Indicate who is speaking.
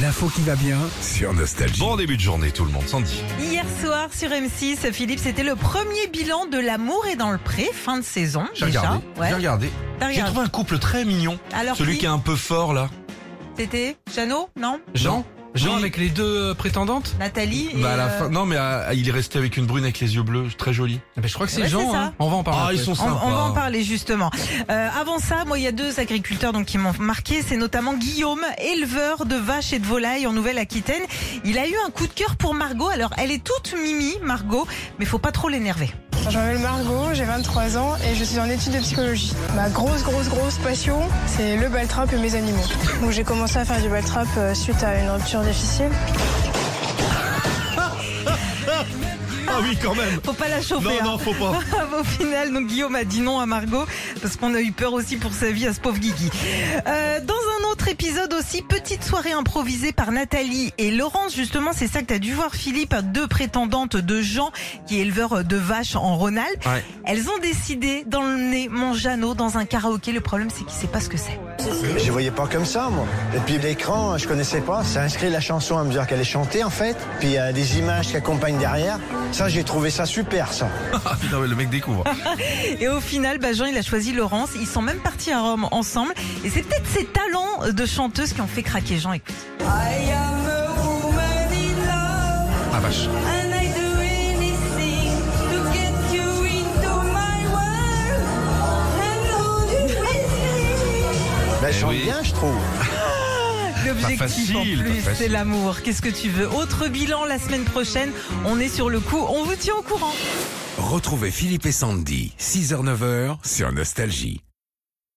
Speaker 1: L'info qui va bien sur Nostalgie.
Speaker 2: Bon début de journée tout le monde, Sandy.
Speaker 3: Hier soir sur M6, Philippe, c'était le premier bilan de L'amour est dans le pré, fin de saison
Speaker 2: J'ai
Speaker 3: déjà.
Speaker 2: regardé, j'ai regardé.
Speaker 3: T'as
Speaker 2: J'ai
Speaker 3: regardé.
Speaker 2: trouvé un couple très mignon.
Speaker 3: Alors
Speaker 2: Celui
Speaker 3: qui,
Speaker 2: qui est un peu fort là.
Speaker 3: c'était Jeannot, non
Speaker 2: Jean
Speaker 4: Jean
Speaker 2: Oui.
Speaker 4: avec les deux euh, prétendantes
Speaker 3: Nathalie et,
Speaker 2: Bah à la
Speaker 3: euh,
Speaker 2: fin. Non mais euh, il est resté avec une brune avec les yeux bleus, très jolie.
Speaker 4: Ah ben, Je crois que c'est
Speaker 3: Ouais, c'est
Speaker 4: Jean,
Speaker 3: ça.
Speaker 4: hein. on va en parler.
Speaker 2: Ah ils
Speaker 4: après.
Speaker 2: sont
Speaker 3: On,
Speaker 2: sympas.
Speaker 3: on va en parler justement. Euh, avant ça, moi, il y a deux agriculteurs donc qui m'ont marqué. C'est notamment Guillaume, éleveur de vaches et de volailles en Nouvelle-Aquitaine. Il a eu un coup de cœur pour Margot. Alors, elle est toute mimi, Margot, mais faut pas trop l'énerver.
Speaker 5: Je m'appelle Margot, j'ai 23 ans et je suis en études de psychologie. Ma grosse, grosse, grosse passion, c'est le baltrap et mes animaux. Donc j'ai commencé à faire du baltrap euh, suite à une rupture difficile.
Speaker 2: Ah oui quand même.
Speaker 3: Faut pas la chauffer.
Speaker 2: Non non faut pas.
Speaker 3: Ah, Au final, donc Guillaume a dit non à Margot parce qu'on a eu peur aussi pour sa vie à ce pauvre Guigui. Euh, dans un autre épisode aussi, petite soirée improvisée par Nathalie et Laurence. Justement, c'est ça que t'as dû voir, Philippe, deux prétendantes de Jean, qui est éleveur de vaches en Rhône-Alpes.
Speaker 2: Ouais.
Speaker 3: Elles ont décidé d'emmener mon Jeannot dans un karaoké. Le problème, c'est qu'il sait pas ce que c'est.
Speaker 6: Je les voyais pas comme ça, moi. Et puis l'écran, je connaissais pas. Ça inscrit la chanson à mesure qu'elle est chantée, en fait. Puis il y a des images qui accompagnent derrière. Ça, j'ai trouvé ça super, ça.
Speaker 2: Ah, putain, mais le mec découvre.
Speaker 3: Et au final, bah, Jean, il a choisi Laurence. Ils sont même partis à Rome ensemble. Et c'est peut-être ses talents de chanteuse qui ont fait craquer Jean. Écoute.
Speaker 2: Ah vache.
Speaker 7: And I do anything to get you into my world and hold you with me.
Speaker 6: Ben,
Speaker 2: Eh
Speaker 6: elle chante
Speaker 2: oui.
Speaker 6: bien, je trouve.
Speaker 3: L'objectif
Speaker 2: facile,
Speaker 3: en plus,
Speaker 2: pas facile.
Speaker 3: c'est l'amour. Qu'est-ce que tu veux Autre bilan la semaine prochaine. On est sur le coup. On vous tient au courant.
Speaker 1: Retrouvez Philippe et Sandy, 6h-9h sur Nostalgie.